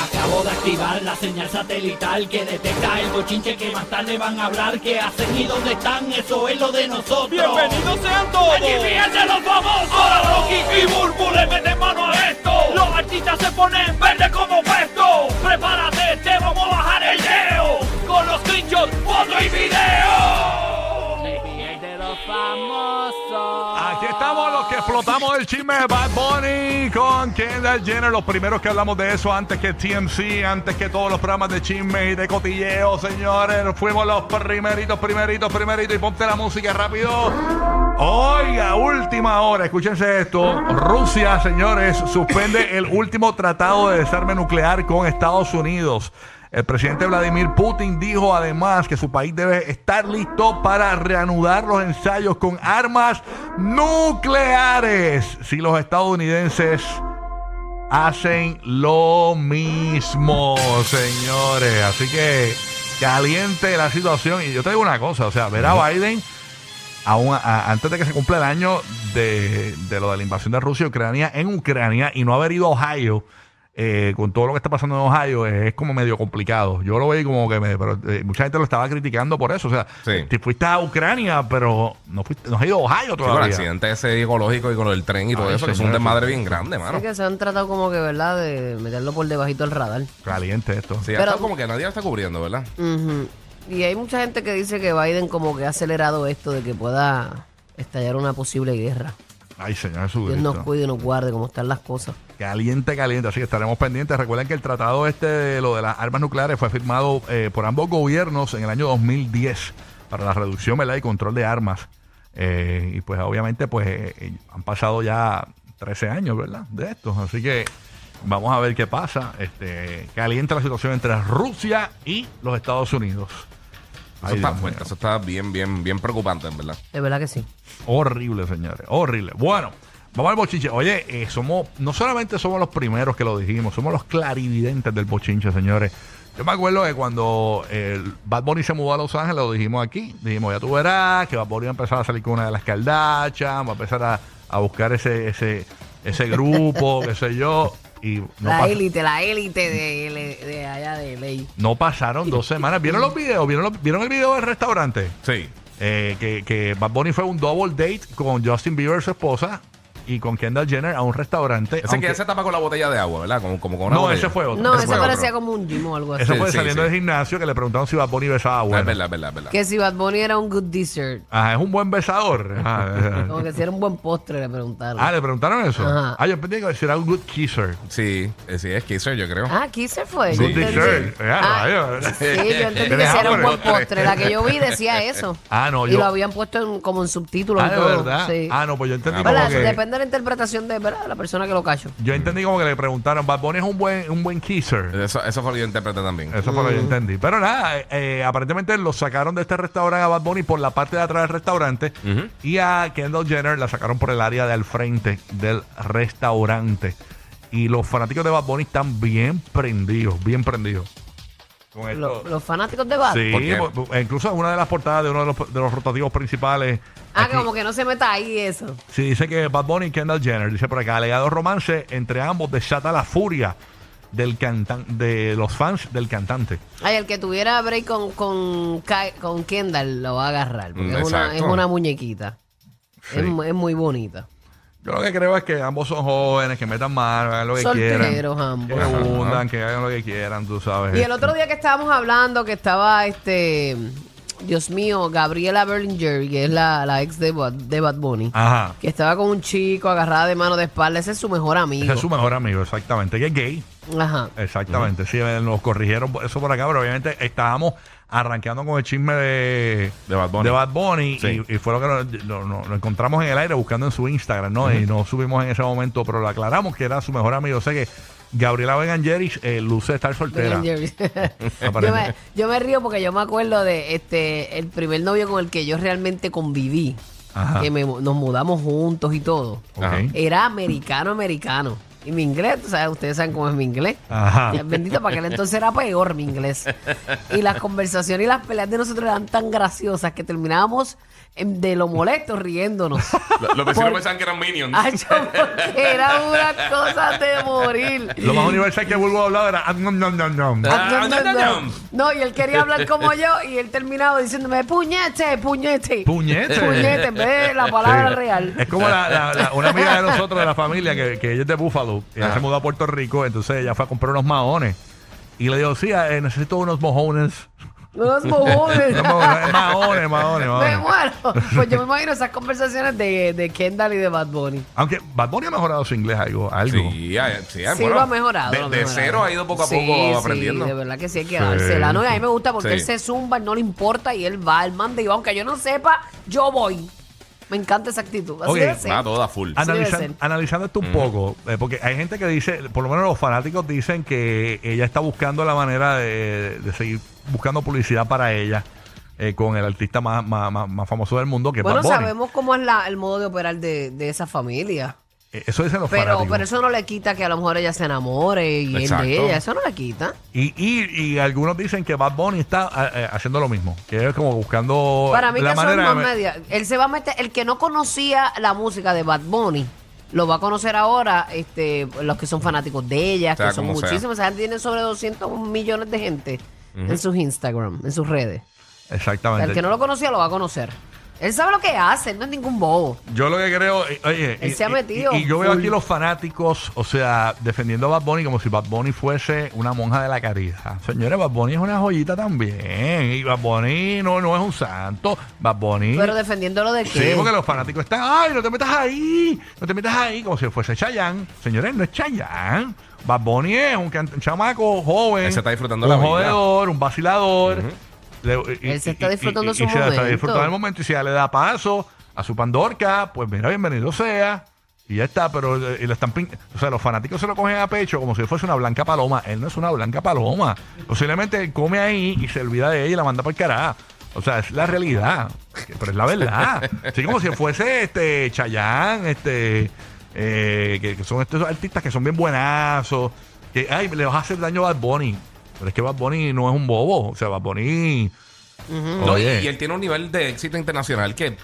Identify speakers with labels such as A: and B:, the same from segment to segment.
A: Acabo de activar la señal satelital que detecta el bochinche que más tarde van a hablar. ¿Qué hacen y dónde están? Eso es lo de nosotros.
B: ¡Bienvenidos sean todos!
A: ¡Aquí fíjense los famosos!
B: Ahora Rocky y Burbu le meten mano a esto. Los artistas se ponen verde como puesto. Prepárate, te vamos a bajar el leo. Con los screenshots, foto y video.
A: ¡Fíjense los famosos!
C: Aquí estamos los que explotamos el chisme de Bad Bunny con Kendall Jenner, los primeros que hablamos de eso antes que TMC, antes que todos los programas de chisme y de cotilleo, señores. Fuimos los primeritos, primeritos, primeritos. Y ponte la música rápido. Oiga, última hora, escúchense esto. Rusia, señores, suspende el último tratado de desarme nuclear con Estados Unidos. El presidente Vladimir Putin dijo además que su país debe estar listo para reanudar los ensayos con armas nucleares si los estadounidenses hacen lo mismo, señores. Así que caliente la situación. Y yo te digo una cosa, o sea, ver a Biden aún a- a- antes de que se cumpla el año de, de lo de la invasión de Rusia y Ucrania en Ucrania y no haber ido a Ohio eh, con todo lo que está pasando en Ohio eh, es como medio complicado. Yo lo veía como que me- pero, eh, mucha gente lo estaba criticando por eso. O sea,
D: Sí.
C: te fuiste a Ucrania, pero no, fuiste, no has ido a Ohio
D: Sí, con el
C: todavía.
D: accidente ese ecológico y con el tren y todo
C: Ay,
D: eso, que es un
C: señor,
D: desmadre
C: eso-
D: bien grande, mano.
E: Sí, que se han tratado como que, ¿verdad? De meterlo por debajito del radar.
C: Caliente esto.
D: Sí, ha
E: Pero-
D: estado como que nadie lo está cubriendo, ¿verdad?
E: Ujú. Y hay mucha gente que dice que Biden como que ha acelerado esto de que pueda estallar una posible guerra.
C: Ay, señor
E: Dios nos
C: Jesucristo.
E: cuide y nos guarde como están las cosas.
C: Caliente, caliente. Así que estaremos pendientes. Recuerden que el tratado este de lo de las armas nucleares fue firmado eh, por ambos gobiernos en el año 2010 para la reducción ¿verdad? y control de armas. Eh, y pues obviamente pues eh, han pasado ya 13 años ¿verdad? de esto. Así que vamos a ver qué pasa. Este, caliente la situación entre Rusia y los Estados Unidos.
D: Eso
C: Ay,
D: está
C: Dios
D: fuerte,
C: mío.
D: eso está bien, bien, bien preocupante, en verdad.
E: De verdad que sí.
C: Horrible, señores. Horrible. Bueno, vamos al bochinche. Oye, eh, somos, no solamente somos los primeros que lo dijimos, somos los clarividentes del bochinche, señores. Yo me acuerdo que cuando el Bad Bunny se mudó a Los Ángeles, lo dijimos aquí. Dijimos, ya tú verás que Bad Bunny va a empezar a salir con una de las caldachas, va a empezar a, a buscar ese, ese, ese grupo, qué sé yo. Y no
E: la
C: pasó.
E: élite, la élite de, de- de allá de ley.
C: No pasaron dos semanas. ¿Vieron los videos? ¿Vieron, los- ¿Vieron el video del restaurante?
D: Sí.
C: Eh, que, que Bad Bunny fue un double date con Justin Bieber, su esposa, y con Kendall Jenner a un restaurante.
D: Ese
C: aunque-
D: que se tapa con la botella de agua, ¿verdad? Como, como con una
C: No,
D: botella.
C: ese fue otro.
E: No,
D: Ese
E: eso
D: fue
E: parecía
D: otro.
E: como un gym o algo así.
C: Eso
D: Sí,
C: fue
D: sí,
C: saliendo
D: sí.
C: del gimnasio que le preguntaron si Bad Bunny besaba
D: No,
C: agua.
D: Es verdad, es verdad, es verdad.
E: Que si Bad Bunny era un good dessert.
C: Ajá, es un buen besador. Ajá.
E: Como que si era un buen postre, le preguntaron.
C: ah,
E: Ah,
C: le preguntaron eso.
E: Ajá.
C: Ah, yo pensé que era un good kisser.
D: Sí, eh, sí, es Kisser, yo creo.
E: Ah, aquí se fue.
C: Good
E: Yo entendí-
C: dessert.
E: Ah,
C: Ah, rayos.
E: Sí, yo entendí que
C: Eres
E: ese era un
C: hambre.
E: buen postre. La que yo vi decía eso.
C: Ah, no,
E: y
C: yo-
E: lo habían puesto en- como en subtítulos
C: Ah,
E: y
C: de
E: todo.
C: verdad.
E: Sí.
C: Ah, no, pues yo entendí
D: Ah,
C: como
E: ¿Verdad?
C: que...
E: Depende de la interpretación de ¿verdad? la persona que lo cacho.
C: Yo entendí como que le preguntaron, Bad Bunny es un buen, un buen kisser.
D: Eso, eso fue lo que yo interpreté también.
C: Eso fue lo que yo entendí. Pero nada, eh, eh, aparentemente lo sacaron de este restaurante a Bad Bunny por la parte de atrás del restaurante y a Kendall Jenner la sacaron por el área del frente del restaurante. Y los fanáticos de Bad Bunny están bien prendidos, bien prendidos. Con
E: Lo- Ah,
C: esto.
E: los fanáticos de Bad.
C: Sí,
D: ¿Por qué?
C: po- po- incluso es una de las portadas de uno de los, de los rotativos principales.
E: Ah,
C: aquí.
E: que como que no se meta ahí eso.
C: Sí, dice que Bad Bunny y Kendall Jenner. Dice por acá, alegado romance entre ambos desata la furia del cantan- de los fans del cantante.
E: Ay, el que tuviera break con, con, Ka- con Kendall lo va a agarrar. Porque
D: Mm,
E: es una,
D: exacto.
E: es una muñequita.
C: Sí.
E: Es, mu- es muy bonita.
C: Yo lo que creo es que ambos son jóvenes, que metan mano, hagan lo que
E: Solteros
C: quieran.
E: ambos.
C: Que hundan, que hagan lo que quieran, tú sabes.
E: Y el otro día que estábamos hablando, que estaba este. Dios mío, Gabriela Berlinger, que es la, la ex de Bad, de Bad Bunny.
C: Este, Ajá.
E: Que estaba con un chico agarrada de mano de espalda. Ese es su mejor amigo.
C: Ese es su mejor amigo, exactamente. Que es gay.
E: Ajá.
C: Exactamente. Sí, eh, nos corrigieron eso por acá, pero obviamente estábamos arranqueando con el chisme de,
D: De Bad Bunny.
C: Bunny,
D: Sí.
C: y, y fue lo que nos- no- no- lo, encontramos en el aire buscando en su Instagram, ¿no? Y no subimos en ese momento, pero lo aclaramos que era su mejor amigo. O sea que Gabriela Begangeris eh, luce estar soltera.
E: Ben Jerry's. yo,
C: Aparentemente.
E: me, yo me río porque yo me acuerdo de este el primer novio con el que yo realmente conviví,
C: Ajá.
E: que me- nos mudamos juntos y todo.
C: Ok.
D: Ajá.
E: Era americano, americano. Y mi inglés, tú sabes, ustedes saben cómo es mi inglés.
C: Ajá.
E: Ya, Bendito, para aquel entonces era peor mi inglés. Y las conversaciones y las peleas de nosotros eran tan graciosas que terminábamos em, de lo molestos riéndonos.
D: Lo- Los vecinos
E: Por-
D: pensaban que eran minions.
E: Ay, yo, porque era una cosa de morir.
C: Lo más universal que Bulbo hablaba era. "Ah, nom, nom, nom, nom".
E: Ah,
D: Ah,
E: no, no, no.
D: no.
E: No, y él quería hablar como yo y él terminaba diciéndome puñete, puñete.
C: Puñete.
E: Puñete, en vez de la palabra
C: Sí.
E: real.
C: Es como la- la- la- una amiga de nosotros, de la familia, que, que ella es de Buffalo. y Ella
D: Ah.
C: se mudó a Puerto Rico, entonces ella fue a comprar unos maones. Y le dijo, sí, eh, necesito unos mojones.
E: Unos mojones.
C: Unos mojones, maones, maones,
E: Me
C: maones.
E: muero. Pues yo me imagino esas conversaciones de, de Kendall y de Bad Bunny.
C: Aunque Bad Bunny ha mejorado su inglés algo. algo.
D: Sí, ah, sí, ah,
E: Sí,
D: bueno,
E: lo ha mejorado.
D: de-
E: lo ha
D: de
E: mejorado.
D: cero ha ido poco a
E: Sí,
D: poco
E: sí,
D: aprendiendo.
E: de verdad que sí, hay que dársela. No, y a mí me gusta porque
D: Sí.
E: él se zumba, él no le importa y él va, él manda y va. Aunque yo no sepa, yo voy. Me encanta esa actitud. Así
C: Ok,
E: debe ser.
D: Va toda full.
E: Ah,
C: Analizan-
E: debe ser.
C: analizando esto un poco, eh, porque hay gente que dice, por lo menos los fanáticos dicen que ella está buscando la manera de, de seguir buscando publicidad para ella eh, con el artista más, más, más- más famoso del mundo, que es
E: Bueno,
C: Bad Bunny.
E: sabemos cómo es la- el modo de operar de, de esa familia.
C: Eh, Eso dicen los
E: Pero,
C: fanáticos.
E: pero eso no le quita que a lo mejor ella se enamore y él
D: Exacto.
E: de ella. Eso no le quita.
C: Y, y, y algunos dicen que Bad Bunny está eh, eh, haciendo lo mismo, que es como buscando
E: Para mí
C: la
E: que son
C: manera
E: más
C: de-
E: media. Él se va a meter, el que no conocía la música de Bad Bunny, lo va a conocer ahora, este, los que son fanáticos de ella,
D: Sea
E: que son
D: como sea.
E: muchísimos. Esa gente tiene sobre 200 millones de gente en sus Instagram, en sus redes. O sea,
C: Exactamente.
E: el que no lo conocía lo va a conocer. Él sabe lo que hace, él no es ningún bobo.
C: Yo lo que creo, eh, oye,
E: Él
C: y-
E: se ha
C: y-
E: metido
C: Y, y yo veo
E: full.
C: aquí los fanáticos, o sea, defendiendo a Bad Bunny como si Bad Bunny fuese una monja de la caridad. Señores, Bad Bunny es una joyita también. Y Bad Bunny no, no es un santo. Bad Bunny.
E: Pero defendiéndolo de
C: Sí,
E: qué.
C: porque los fanáticos están, ay, no te metas ahí, no te metas ahí, como si fuese Chayanne. Señores, no es Chayanne. Bad Bunny es un, can- un chamaco joven.
D: Él se está disfrutando
C: un
D: la vida.
C: jodedor, un vacilador. Le- y-
E: Él se
C: y-
E: está
C: y-
E: disfrutando
C: y- y
E: su
C: Se está
E: momento.
C: disfrutando el momento y si ya le da paso a su pandorca, pues mira, bienvenido sea. Y ya está, pero eh, y le están pin- o sea, los fanáticos se lo cogen a pecho como si fuese una blanca paloma. Él no es una blanca paloma. Posiblemente él come ahí y se olvida de ella y la manda para el carajo. O sea, es la realidad. Que- Pero es la verdad. Así como si fuese este Chayán, este eh, que, que son estos artistas que son bien buenazos. Que ay, le vas a hacer daño a Bad Bunny. Pero es que Bad Bunny no es un bobo. O sea, Bad Bunny.
D: No, y,
C: Oye.
D: y él tiene un nivel de éxito internacional que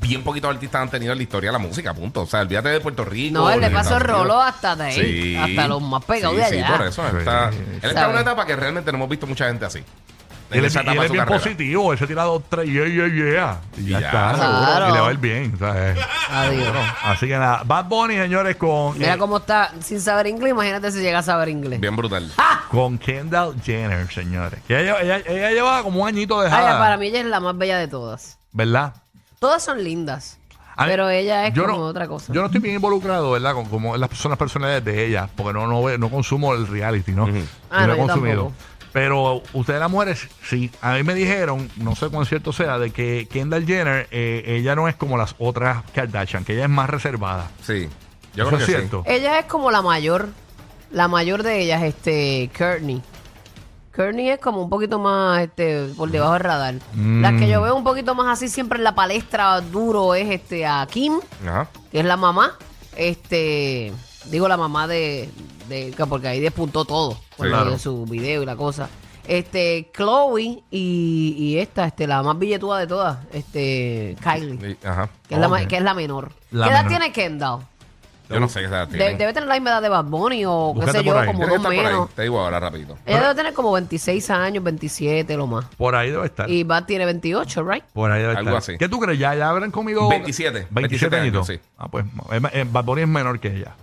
D: bien poquitos artistas han tenido en la historia de la música, punto. O sea, olvídate de Puerto Rico.
E: No, él le
D: de
E: pasó el
D: Estados
E: rolo
D: Unidos.
E: hasta de ahí,
D: Sí.
E: hasta los más pegados
D: Sí,
E: de
D: sí,
E: allá.
D: por eso. Él está,
C: Sí.
D: él está en
E: ¿Sabe?
D: una etapa que realmente no hemos visto mucha gente así.
C: Y él, es-
D: esa
C: y él
D: de
C: es
D: su
C: bien
D: carrera.
C: positivo, él se ha tirado tres yeah, yeah, yeah. Y ya,
D: Y ya,
C: está, seguro.
E: claro.
C: Y le va a ir bien, ¿sabes?
E: Adiós.
C: Así que nada, Bad Bunny, señores, con,
E: Mira
C: eh,
E: cómo está sin saber inglés, imagínate si llega a saber inglés.
D: Bien brutal.
E: Ah.
C: con Kendall Jenner, señores. Que ella, ella, ella lleva como un añito
E: Ay,
C: dejada,
E: para mí ella es la más bella de todas.
C: ¿verdad?
E: Todas son lindas.
C: A mí-
E: pero ella es
C: yo
E: como
C: no-
E: otra cosa.
C: Yo no estoy bien involucrado, ¿verdad? Con cómo las personas personalidades de ella, porque no, no, ve- no consumo el reality, ¿no?
E: Ah,
C: lo he
E: no, yo
C: consumido.
E: tampoco.
C: Pero ustedes las mujeres, sí. A mí me dijeron, no sé cuán cierto sea, de que Kendall Jenner, eh, ella no es como las otras Kardashian, que ella es más reservada.
D: Sí. Yo
C: Eso
D: creo que
C: es cierto.
E: Ella es como la mayor. La mayor de ellas, este, Courtney. Courtney es como un poquito más este, por debajo del radar.
C: Mm.
E: Las que yo veo un poquito más así siempre en la palestra duro es este a Kim,
D: sí. Ajá.
E: que es la mamá. Este, digo la mamá de, de- que porque ahí despuntó todo con
D: Sí,
E: lo
D: claro.
E: de su video y la cosa. Este, Chloe y, y esta, este, la más billetuda de todas, este, Kylie.
D: Y- Ajá.
E: Que, es la, ma-
C: Ok.
E: que es la menor.
C: La
E: ¿Qué edad
C: menor.
E: tiene Kendall?
D: Yo no sé qué edad
E: De-
D: tiene.
E: debe tener la misma edad de Bad Bunny o
C: Búscate
E: qué sé yo,
C: por ahí.
E: como
D: Tiene que
E: dos
D: estar por ahí.
E: menos.
D: Te digo ahora rapidito.
E: Ella debe tener como 26 años, 27 lo más.
C: Por ahí debe estar.
E: Y Bad tiene 28, ¿right?
C: Por ahí debe
D: Algo
C: estar.
D: así.
C: ¿Qué tú crees? ¿Ya, ya habrán comido?
D: 27.
C: 27 añitos.
D: años, sí.
C: Ah, pues es ma- eh, Bad Bunny es menor que ella.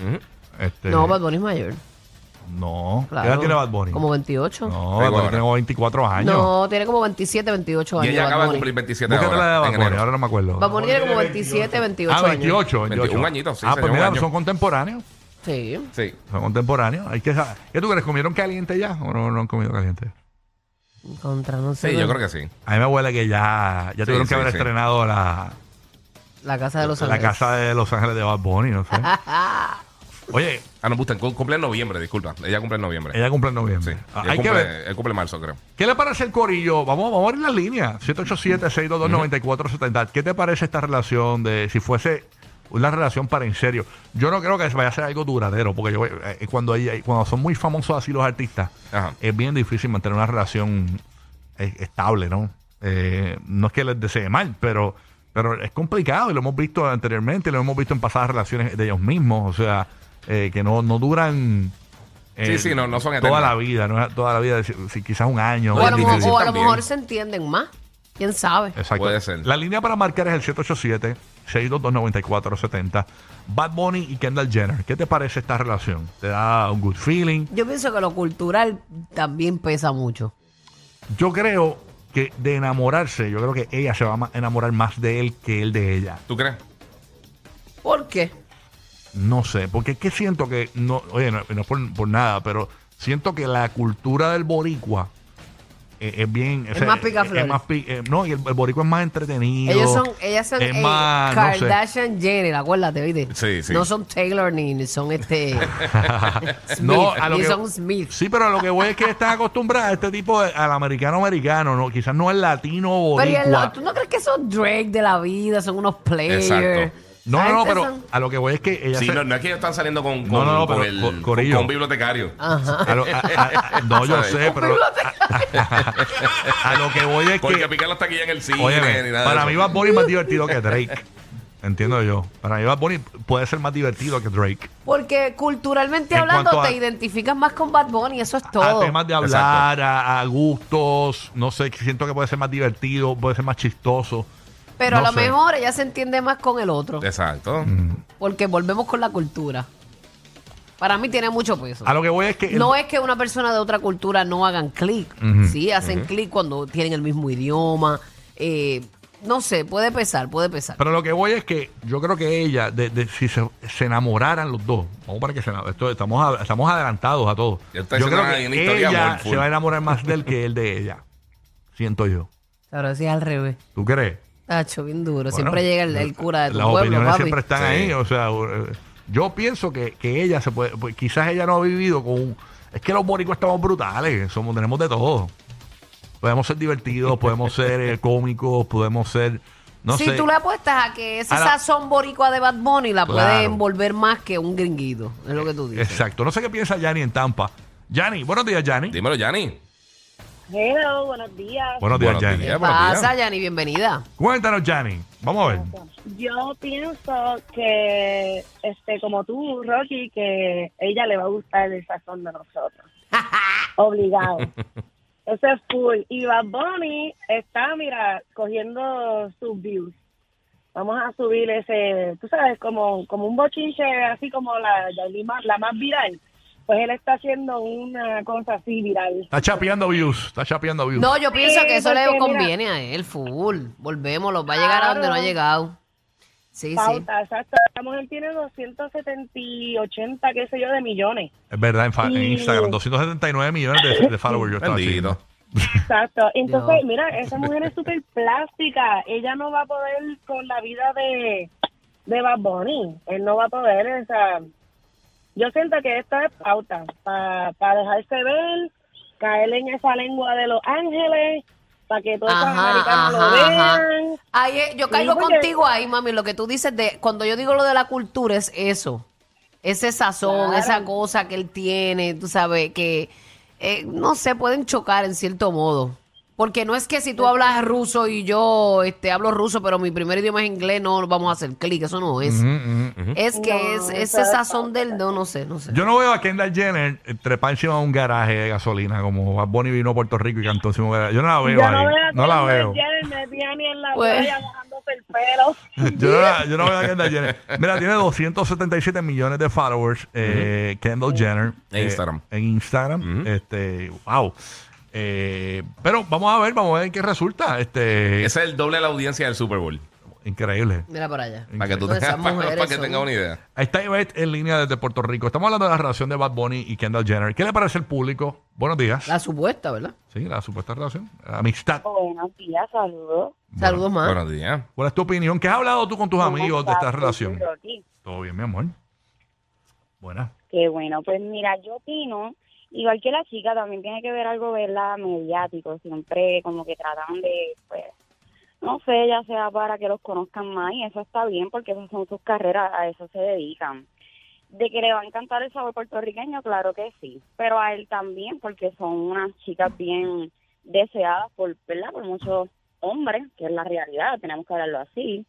D: Ujú.
C: Este,
E: No, Bad Bunny es mayor.
C: No.
E: Claro.
C: ¿Qué edad tiene Bad Bunny?
E: Como 28. No,
D: Te
C: No, Bad
D: digo
C: Bunny
D: ahora.
C: tiene como 24 años.
E: tiene como 27, 28
D: Y
E: años.
D: ella
E: Bad
D: acaba de
E: Bunny.
D: cumplir 27
C: Búscate la de
D: ahora.
C: Bad
D: en
C: Bunny,
D: enero.
C: ahora no me acuerdo.
E: Bad Bunny tiene como 27, 28
C: ah,
E: años.
C: 28, 28.
D: 21 añitos, sí,
C: Ah,
D: señor,
C: pues mira,
D: año.
C: son contemporáneos.
E: Sí.
D: Sí.
C: Son contemporáneos. Hay que saber. ¿Qué tú crees? ¿Comieron caliente ya o no, no han comido caliente?
E: Contra, no sé.
D: Sí, yo creo que sí.
C: A mí me huele que ya, ya tuvieron
D: sí,
C: que haber
D: sí.
C: estrenado la,
E: La casa de los
C: la
E: ángeles.
C: casa de Los Ángeles de Bad Bunny, no sé. Oye,
D: Ah, no, Busta, cum- cumple en noviembre, disculpa. Ella cumple en noviembre.
C: ella cumple en noviembre.
D: Sí.
C: Ah,
D: Ella
C: Hay que
D: cumple,
C: ver.
D: él cumple en marzo, creo.
C: ¿Qué le parece el corillo? Vamos, vamos a abrir la línea. 787-622-9470. ¿Qué te parece esta relación de si fuese una relación para en serio. Yo no creo que vaya a ser algo duradero, porque yo, eh, cuando, hay- hay- cuando son muy famosos así los artistas,
D: Ajá.
C: es bien difícil mantener una relación eh, estable, ¿no? Eh, no es que les desee mal, pero, pero es complicado y lo hemos visto anteriormente, lo hemos visto en pasadas relaciones de ellos mismos, o sea, eh, que no, no duran... eh,
D: Sí, sí, no- no son
C: Toda
D: eternas.
C: la vida, no es toda la vida, si- si quizás un año.
E: O a, lo
D: es
E: mejor,
D: difícil
E: o a lo
D: también.
E: mejor se entienden más. ¿Quién sabe?
C: Exacto.
D: Puede ser.
C: La línea para marcar es el 787-622-9470. Bad Bunny y Kendall Jenner. ¿Qué te parece esta relación? ¿Te da un good feeling?
E: Yo pienso que lo cultural también pesa mucho.
C: Yo creo que de enamorarse, yo creo que ella se va a ma- enamorar más de él que él de ella.
D: ¿Tú crees?
E: ¿Por qué?
C: No sé, porque es que siento que, no, oye, no, no es por, por nada, pero siento que la cultura del boricua eh, es, bien... o sea,
E: más picaflores.
C: es más pi- eh, no, y el, el boricua es más entretenido.
E: Ellos son, ellas son
C: es
E: eh,
C: más, no sé.
E: Kardashian Jenner, acuérdate, ¿viste?
D: Sí, sí.
E: No son Taylor ni ni son este. Smith,
C: No, a lo
E: ni
C: que-
E: son Smith.
C: Sí, pero a lo que voy es que están acostumbradas a este tipo, de- al americano-americano, ¿no? quizás no al latino o
E: Pero ¿y el-
C: boricua.
E: tú no crees que son Drake de la vida, son unos players.
D: Exacto.
C: No,
E: Esa
C: no, no,
E: gente
C: pero
E: son-
C: a lo que voy es que ella
D: Sí,
C: se-
D: no, no es que ellos están saliendo con, con,
C: No, no, no,
D: con
C: pero,
D: el,
C: co- corillo.
D: con un bibliotecario.
E: Ah.
C: a lo- a- a- a- no, yo
D: ¿Sabes?
C: sé, eh, pero a lo que voy es
D: Porque
C: que...
D: a picar hasta aquí en el cine
C: Óyeme,
D: ni nada de
C: para
D: eso.
C: mí Bad Bunny es más divertido que Drake. Entiendo yo. Para mí Bad Bunny puede ser más divertido que Drake.
E: Porque culturalmente
C: En
E: hablando
C: cuanto a-
E: te identificas más con Bad Bunny, eso es todo.
C: A temas de hablar, a, a gustos, no sé, siento que puede ser más divertido, puede ser más chistoso.
E: Pero
C: no
E: a lo
C: sé.
E: mejor ella se entiende más con el otro.
D: Exacto.
E: Porque volvemos con la cultura. Para mí tiene mucho peso.
C: A lo que voy es que... el-
E: No es que una persona de otra cultura no hagan clic. Sí, hacen clic cuando tienen el mismo idioma. Eh, no sé, puede pesar, puede pesar.
C: Pero lo que voy es que yo creo que ella, de, de- si se, se enamoraran los dos, vamos para que se enamor- esto- estamos, a- estamos adelantados a todos.
D: Ya está
C: yo
D: diciendo
C: creo
D: una-
C: que
D: una historia
C: ella
D: amor full.
C: se va a enamorar más de él que él de ella. Siento yo.
E: Pero sí, al revés.
C: ¿Tú crees?
E: Tacho, bien duro.
C: Bueno,
E: Siempre llega el, el cura de tu
C: Las
E: pueblo,
C: opiniones
E: papi.
C: siempre están
D: Sí.
C: ahí. O sea, eh, yo pienso que, que ella se puede, pues, quizás ella no ha vivido con un- es que los boricuas estamos brutales, somos, tenemos de todo. Podemos ser divertidos, podemos ser eh, cómicos, podemos ser, no
E: si
C: sé.
E: tú le apuestas a que ese
C: A la-
E: sazón boricua de Bad Bunny la
C: Claro.
E: puede envolver más que un gringuito. Es lo que tú dices.
C: Exacto. No sé qué piensa Yanni en Tampa. Yanni, buenos días, Yanni.
D: Dímelo, Yanni.
F: Hello, buenos días.
C: Buenos días,
D: Buenos
C: Yanni.
D: días.
E: ¿Qué
D: buenos
E: pasa, Yanni? Bienvenida.
C: Cuéntanos, Yanni. Vamos a ver.
F: Yo pienso que, este, como tú, Rocky, que ella le va a gustar el sazón de nosotros. Obligado. Eso es full. Y Bad Bunny está, mira, cogiendo sus views. Vamos a subir ese, tú sabes, como, como un bochinche, así como la, Yailin Ma- la más viral. Pues él está haciendo una cosa así viral.
C: Está chapeando views. Está chapeando views.
E: No, yo pienso
F: Sí,
E: que eso le
F: porque,
E: conviene a él, full. Volvemos, los va a llegar a donde no ha
F: Claro.
E: llegado. Sí, sí.
F: Pauta, exacto. La mujer tiene 270 y 80, qué sé yo, de millones.
C: Es verdad, en, fa- en
F: Sí.
C: Instagram, 279 millones de, de followers. Yo estaba
D: Bendito.
C: haciendo.
F: Exacto. Entonces,
E: Yo.
F: mira, esa mujer es súper plástica. Ella no va a poder con la vida de, de Bad Bunny. Él no va a poder. O sea, yo siento que esta es pauta para dejarse ver, caer en esa lengua de los ángeles, para que todos los
E: Ajá,
F: americanos lo
E: ajá, ajá.
F: vean.
E: Ahí es- yo caigo
F: Sí, porque-
E: contigo ahí, mami. Lo que tú dices de cuando yo digo lo de la cultura es eso. Ese sazón,
F: Claro.
E: esa cosa que él tiene, tú sabes, que eh, no sé, pueden chocar en cierto modo. Porque no es que si tú hablas ruso y yo este, hablo ruso, pero mi primer idioma es inglés, no vamos a hacer clic, eso no es. Es que
F: No,
E: es,
F: eso
E: ese
F: es
E: sazón del, no, no sé, no sé.
C: Yo no veo a Kendall Jenner eh, trepar encima de un garaje de gasolina como Bad Bunny vino a Puerto Rico y cantó encima de un garaje. Yo no la veo
F: Yo
C: ahí.
F: no veo a
C: No la
F: Kendall
C: veo.
F: Jenner metida ni en la
E: Pues-
F: playa bajándose el pelo.
C: Yo no, la- yo no veo a Kendall Jenner. Mira, tiene 277 millones de followers. eh, Kendall Jenner.
D: En
C: eh,
D: Instagram.
C: En Instagram. Este, wow. Eh, pero vamos a ver, vamos a ver en qué resulta. Este,
D: Ese es el doble de la audiencia del Super Bowl.
C: increíble.
E: Mira para allá.
D: Para que tú
E: Todas
D: tengas,
E: esas
D: para,
E: mujeres
D: para que
E: son-
D: tengas una idea.
C: Ahí Está Ivette en línea desde Puerto Rico. Estamos hablando de la relación de Bad Bunny y Kendall Jenner. ¿Qué le parece al público? Buenos días.
E: La supuesta, ¿verdad?
C: sí, la supuesta relación. Amistad.
F: Buenos días, saludos.
E: Saludos más.
D: Buenos días.
C: ¿Cuál es tu opinión? ¿Qué has hablado tú con tus amigos de esta relación? Todo bien, mi amor. Buena.
F: Qué bueno, pues mira, yo opino, igual que la chica, también tiene que ver algo, ¿verdad? Mediático, siempre como que tratan de, pues, no sé, ya sea para que los conozcan más y eso está bien porque esas son sus carreras, a eso se dedican. De que le va a encantar el sabor puertorriqueño, claro que sí, pero a él también porque son unas chicas bien deseadas por, ¿verdad? por muchos hombres, que es la realidad, tenemos que hablarlo así.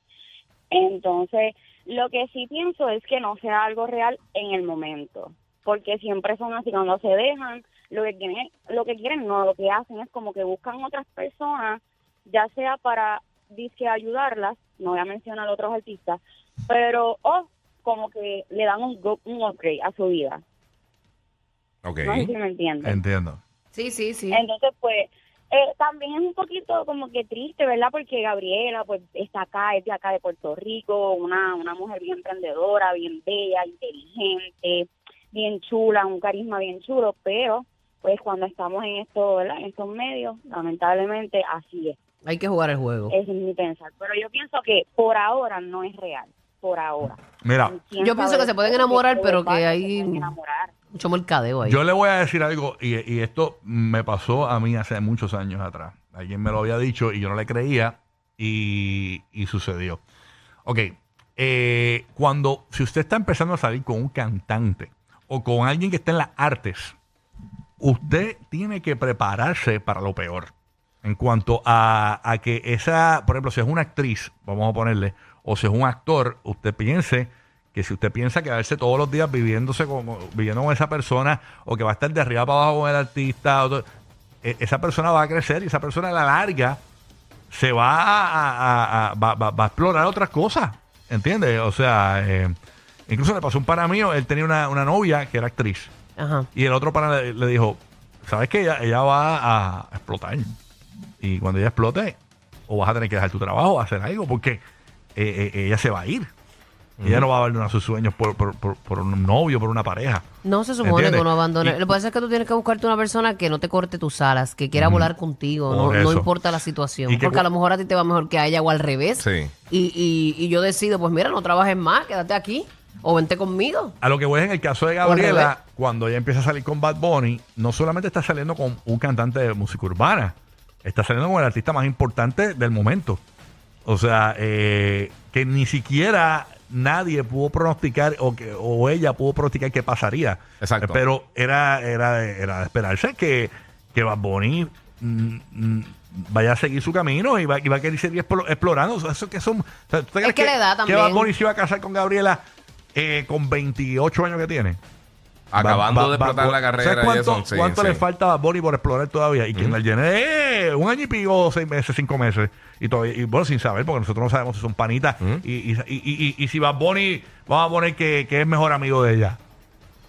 F: Entonces, lo que sí pienso es que no sea algo real en el momento, porque siempre son así cuando se dejan, lo que quieren, lo que quieren no, lo que hacen es como que buscan otras personas, ya sea para disque ayudarlas, no voy a mencionar otros artistas, pero o como que le dan un, go- un upgrade a su vida.
D: Ok.
F: No sé si me entienden.
C: Entiendo.
E: Sí, sí, sí.
F: Entonces, pues, eh, también es un poquito como que triste, ¿verdad? Porque Gabriela, pues, está acá, es de acá de Puerto Rico, una, una mujer bien emprendedora, bien bella, inteligente, bien chula, un carisma bien chulo, pero, pues, cuando estamos en esto, ¿verdad? En estos medios, lamentablemente, así es.
E: Hay que jugar el juego.
F: Ese es mi pensar. Pero yo pienso que por ahora no es real, por ahora.
C: Mira,
F: ¿Quién
E: Yo pienso
F: sabe
E: que se pueden
F: después
E: enamorar,
F: qué
E: pero que
F: pasa?
E: hay-
F: Se pueden enamorar.
E: Mucho mercadeo ahí.
C: yo le voy a decir algo y, y esto me pasó a mí hace muchos años atrás. Alguien me lo había dicho y yo no le creía y, y sucedió. Ok, eh, cuando, si usted está empezando a salir con un cantante o con alguien que está en las artes, usted tiene que prepararse para lo peor. En cuanto a, a que esa, por ejemplo, si es una actriz, vamos a ponerle, o si es un actor, usted piense que si usted piensa quedarse todos los días viviéndose como, viviendo con esa persona, o que va a estar de arriba para abajo con el artista, o to- e- esa persona va a crecer y esa persona a la larga se va a, a- a- a- va, va- va a explorar otras cosas. ¿Entiendes? O sea, eh, incluso le pasó a un pana mío, él tenía una, una novia que era actriz.
E: Ajá.
C: Y el otro pana le, le dijo, ¿sabes que Ella, ella va a explotar. Y cuando ella explote, o vas a tener que dejar tu trabajo, o hacer algo, porque eh, eh, ella se va a ir. Ella no va a abandonar sus sueños por, por- por- por un novio, por una pareja.
E: No se supone
C: ¿Entiendes?
E: que uno abandone.
C: Y-
E: Lo que pasa es que tú tienes que buscarte una persona que no te corte tus alas, que quiera volar contigo, no,
C: Por
E: no
C: eso.
E: importa la situación.
C: Y que
E: Porque a
C: cu-
E: lo mejor a ti te va mejor que a ella o al revés.
D: Sí.
E: Y, y, y yo decido, pues mira, no trabajes más, quédate aquí o vente conmigo.
C: A lo que voy es en el caso de
E: al revés.
C: Gabriela, cuando ella empieza a salir con Bad Bunny, no solamente está saliendo con un cantante de música urbana, está saliendo con el artista más importante del momento. O sea, eh, que ni siquiera nadie pudo pronosticar o, que, o ella pudo pronosticar qué pasaría.
D: Exacto.
C: Eh, Pero era, era, de- era de esperarse que, que Bad Bunny mm, mm, vaya a seguir su camino y va, y va a querer seguir explo- explorando. O sea, eso que son, o sea, ¿tú te
E: Es
C: crees
E: que la edad también.
C: Bad Bunny se iba a casar con Gabriela eh, con 28 años que tiene.
D: Acabando
C: Va- va-
D: de explotar
C: va-
D: la carrera.
C: ¿Sabes cuánto,
D: Jason? Sí,
C: cuánto
D: sí.
C: le falta a Bad Bunny por explorar todavía? Y quien la llene, ¡eh! un año y pico, seis meses, cinco meses. Y todavía, y bueno, sin saber, porque nosotros no sabemos si son panitas. Y, y, y- y- y si Bad Bunny, vamos a poner que, que es mejor amigo de ella.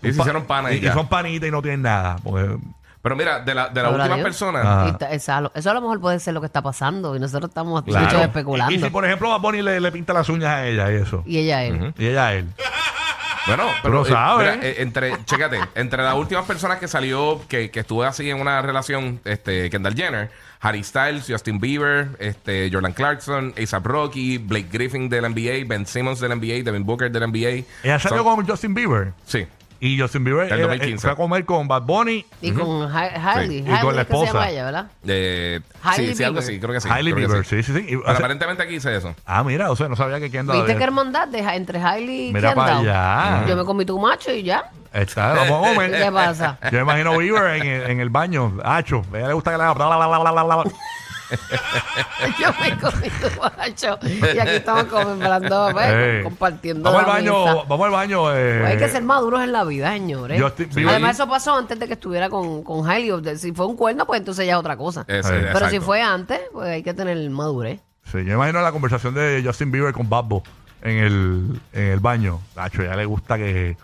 D: Y se hicieron panas
C: Y,
D: y
C: y
D: ya.
C: son panitas y no tienen nada. porque-
D: Pero mira, de la, de la
E: Sabrá
D: última
E: Dios.
D: persona.
C: Ah.
E: Y ta- esa- eso a lo mejor puede ser lo que está pasando y nosotros estamos
D: Claro.
E: muchos
C: Y,
E: especulando.
C: si, por ejemplo, Bad Bunny le, le pinta las uñas a ella y eso.
E: Y ella es.
C: Y ella a él.
D: Bueno,
C: lo
D: pero eh,
C: sabes.
D: mira, eh, entre, chécate, entre las últimas personas que salió, que, que estuve así en una relación, este, Kendall Jenner, Harry Styles, Justin Bieber, este, Jordan Clarkson, A$AP Rocky, Blake Griffin del NBA, Ben Simmons del NBA, Devin Booker del NBA.
C: Ella salió
D: Son-
C: con Justin Bieber.
D: Sí.
C: Y Justin Bieber
D: Del
C: era- eh,
D: 2015.
C: fue a comer con Bad Bunny.
E: Y con Ha- Hailey.
C: Sí. Y
E: Hailey
C: con la
E: es que se llama
C: esposa.
E: ella, ¿verdad?
D: Eh,
E: Hailey
D: sí, sí, algo
E: Bieber.
D: así, creo que sí.
C: Hailey
D: creo que
C: Bieber, sí, sí, sí. Y- o
D: Pero
C: sea-
D: aparentemente aquí hice eso.
C: ah, mira, o sea, no sabía que Kendall.
E: ¿Viste
C: había-
E: qué hermandad de, Ha- entre Hailey y
C: Mira para
E: Kendall?
C: allá.
E: Yo me comí tu macho y ya.
C: Está, vamos a
E: ¿Y ¿Qué
C: comer.
E: pasa?
C: Yo me imagino Bieber en, el- en el baño. Hacho, a ella le gusta que le haga. bla, bla, bla, bla, bla, bla.
E: Yo me comí tu macho y aquí estamos conmemorando, ¿ves?
C: Ey.
E: compartiendo.
C: Eh, Vamos al
E: la mesa. Pues
C: baño, vamos al baño. eh.
E: Hay que ser maduros en la vida, señores.
C: Yo estoy- sí.
E: Además, eso pasó antes de que estuviera con, con Hailey. O sea, Si fue un cuerno, pues entonces ya es otra cosa.
D: Ese,
C: Pero
E: Pero si
D: exacto.
E: fue antes, pues hay que tener madurez.
C: Sí, yo me imagino la conversación de Justin Bieber con Babbo en el, en el baño. Nacho, ya le gusta que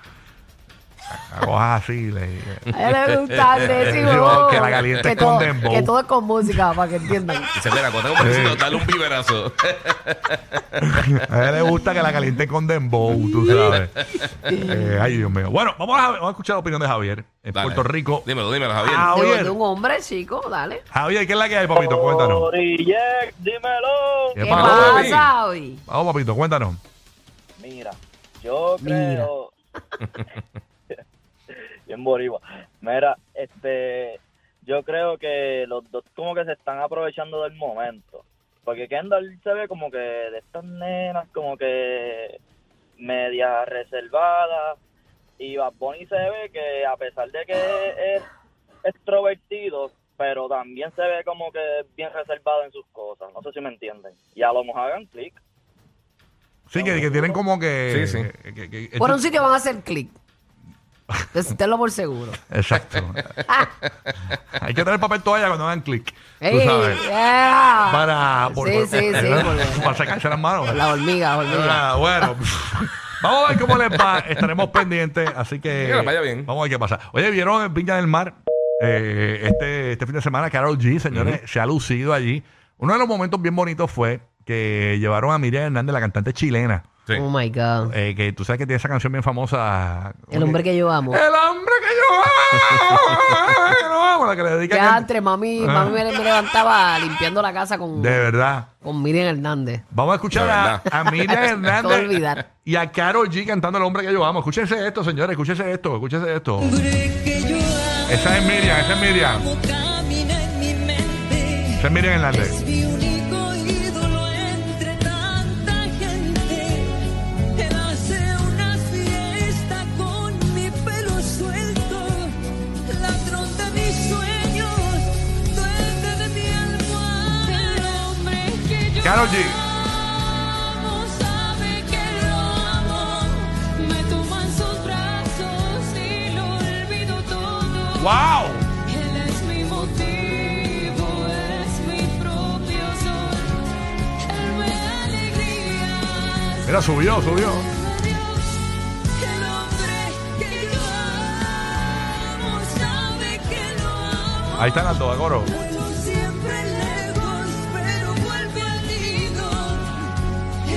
C: la cojas así. le-
E: A ella le gusta el décimo.
C: Yo, que la caliente
E: que
C: con
E: todo,
C: dembow.
E: que todo es con música, para que entiendan.
D: Dice, mira, cuando tengo un besito, dale un biberazo.
C: a ella le gusta que la caliente con dembow, tú sabes. Eh, ay, Dios mío. Bueno, vamos a, vamos a escuchar la opinión de Javier en
D: Dale.
C: Puerto Rico.
D: Dímelo, dímelo, Javier.
C: Ah,
E: De,
C: Javier.
E: de un hombre, chico, dale.
C: Javier, ¿qué es la que hay, papito? Cuéntanos.
G: Orillec, dímelo.
C: ¿Qué
E: ¿Qué
C: pasó, papi?
E: pasa hoy?
C: Vamos, papito, cuéntanos.
G: Mira, yo
E: Mira.
G: creo. Bien boricua. Mira, este. Yo creo que los dos como que se están aprovechando del momento. Porque Kendall se ve como que de estas nenas, como que media reservada. Y Bad Bunny se ve que a pesar de que es extrovertido, pero también se ve como que bien reservado en sus cosas. No sé si me entienden. Y a lo mejor hagan clic.
C: Sí, que, que tienen como que.
D: Sí, sí.
C: que- que- que-
E: Por un sitio van a hacer clic. Entonces, tenlo por seguro.
C: Exacto. Hay que tener papel toalla cuando hagan clic. Tú
E: Ey,
C: sabes.
E: yeah.
C: Para, por-
E: Sí,
C: por- eh,
E: sí, sí, por-
C: para sacarse las manos.
E: Las hormigas, hormigas.
C: Ah, bueno, vamos a ver cómo les va. Estaremos pendientes. Así que.
D: Que les vaya bien.
C: Vamos a ver qué pasa. Oye, ¿vieron en Viña del Mar eh, este, este fin de semana? Carol G, señores, se ha lucido allí. Uno de los momentos bien bonitos fue que llevaron a Miriam Hernández, la cantante chilena.
D: Sí.
E: Oh my God.
C: eh, que tú sabes que tiene esa canción bien famosa.
E: El hombre que yo amo.
C: El hombre que yo amo. que no amo, la que le dedica.
E: Ya
C: can-
E: entre mami, mami me, me levantaba limpiando la casa con,
C: Ah. De verdad.
E: con Miriam Hernández.
C: Vamos a escuchar
D: De
C: a,
D: verdad.
C: a Miriam Hernández
E: No olvidar.
C: y a Carol G cantando El hombre que yo amo. Escúchense esto, señores, escúchense esto, escúchense esto. Esa es Miriam, esa es Miriam. Esa es Miriam Hernández. Carol G. ¡Wow!
H: Él es mi motivo, es mi propio sol. Él me da alegrías.
C: Mira, subió, subió.
H: Dios, el hombre que yo amo sabe que lo amo.
C: Ahí están las dos, a coro.
H: Vuelo siempre lejos, pero vuelvo al nido.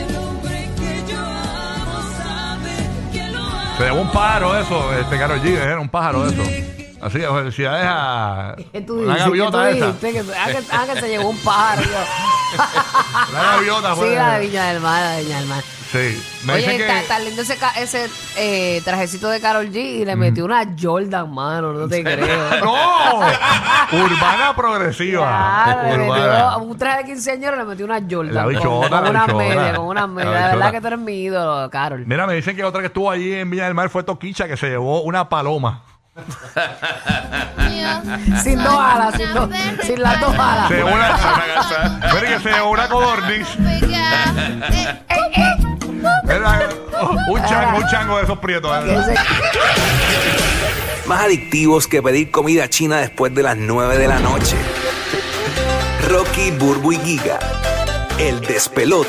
H: El hombre que yo amo sabe que lo amo.
C: Se llevó un pájaro eso, este Carol G, era un pájaro eso. Así que felicidades a
E: ¿Qué tú
C: la
E: dices? ¿Qué tú
C: gaviota esa.
E: dijiste? Que- ah, que- ah, que se llevó un pájaro.
C: La gaviota
E: sí,
C: fue.
E: la de Viña del Mar, la de Viña del Mar.
C: Sí. Me
E: Oye,
C: dicen que
E: está, está lindo ese, ca- ese eh, trajecito de Carol G y le metió una Jordan, mano, no te creo.
C: ¡No! Urbana progresiva.
E: Claro, le metió
C: Urbana.
E: a un traje de quinceañera le metió una Jordan.
C: La
E: con-
C: bichota,
E: con,
C: la
E: una
C: bichota.
E: media, con una
C: La
E: media. La
C: bichota.
E: verdad que tú eres mi ídolo, Carol.
C: Mira, me dicen que otra que estuvo allí en Villa del Mar fue Toquicha, que se llevó una paloma.
E: Sin dos alas, sin, dos- sin las dos alas.
C: Se llevó una, mira que se llevó una codorniz. Mira, un chango, un chango de esos prietos.
E: Ese-
I: Más adictivos que pedir comida china después de las 9 de la noche. Rocky, Burbu y Giga. El despelote.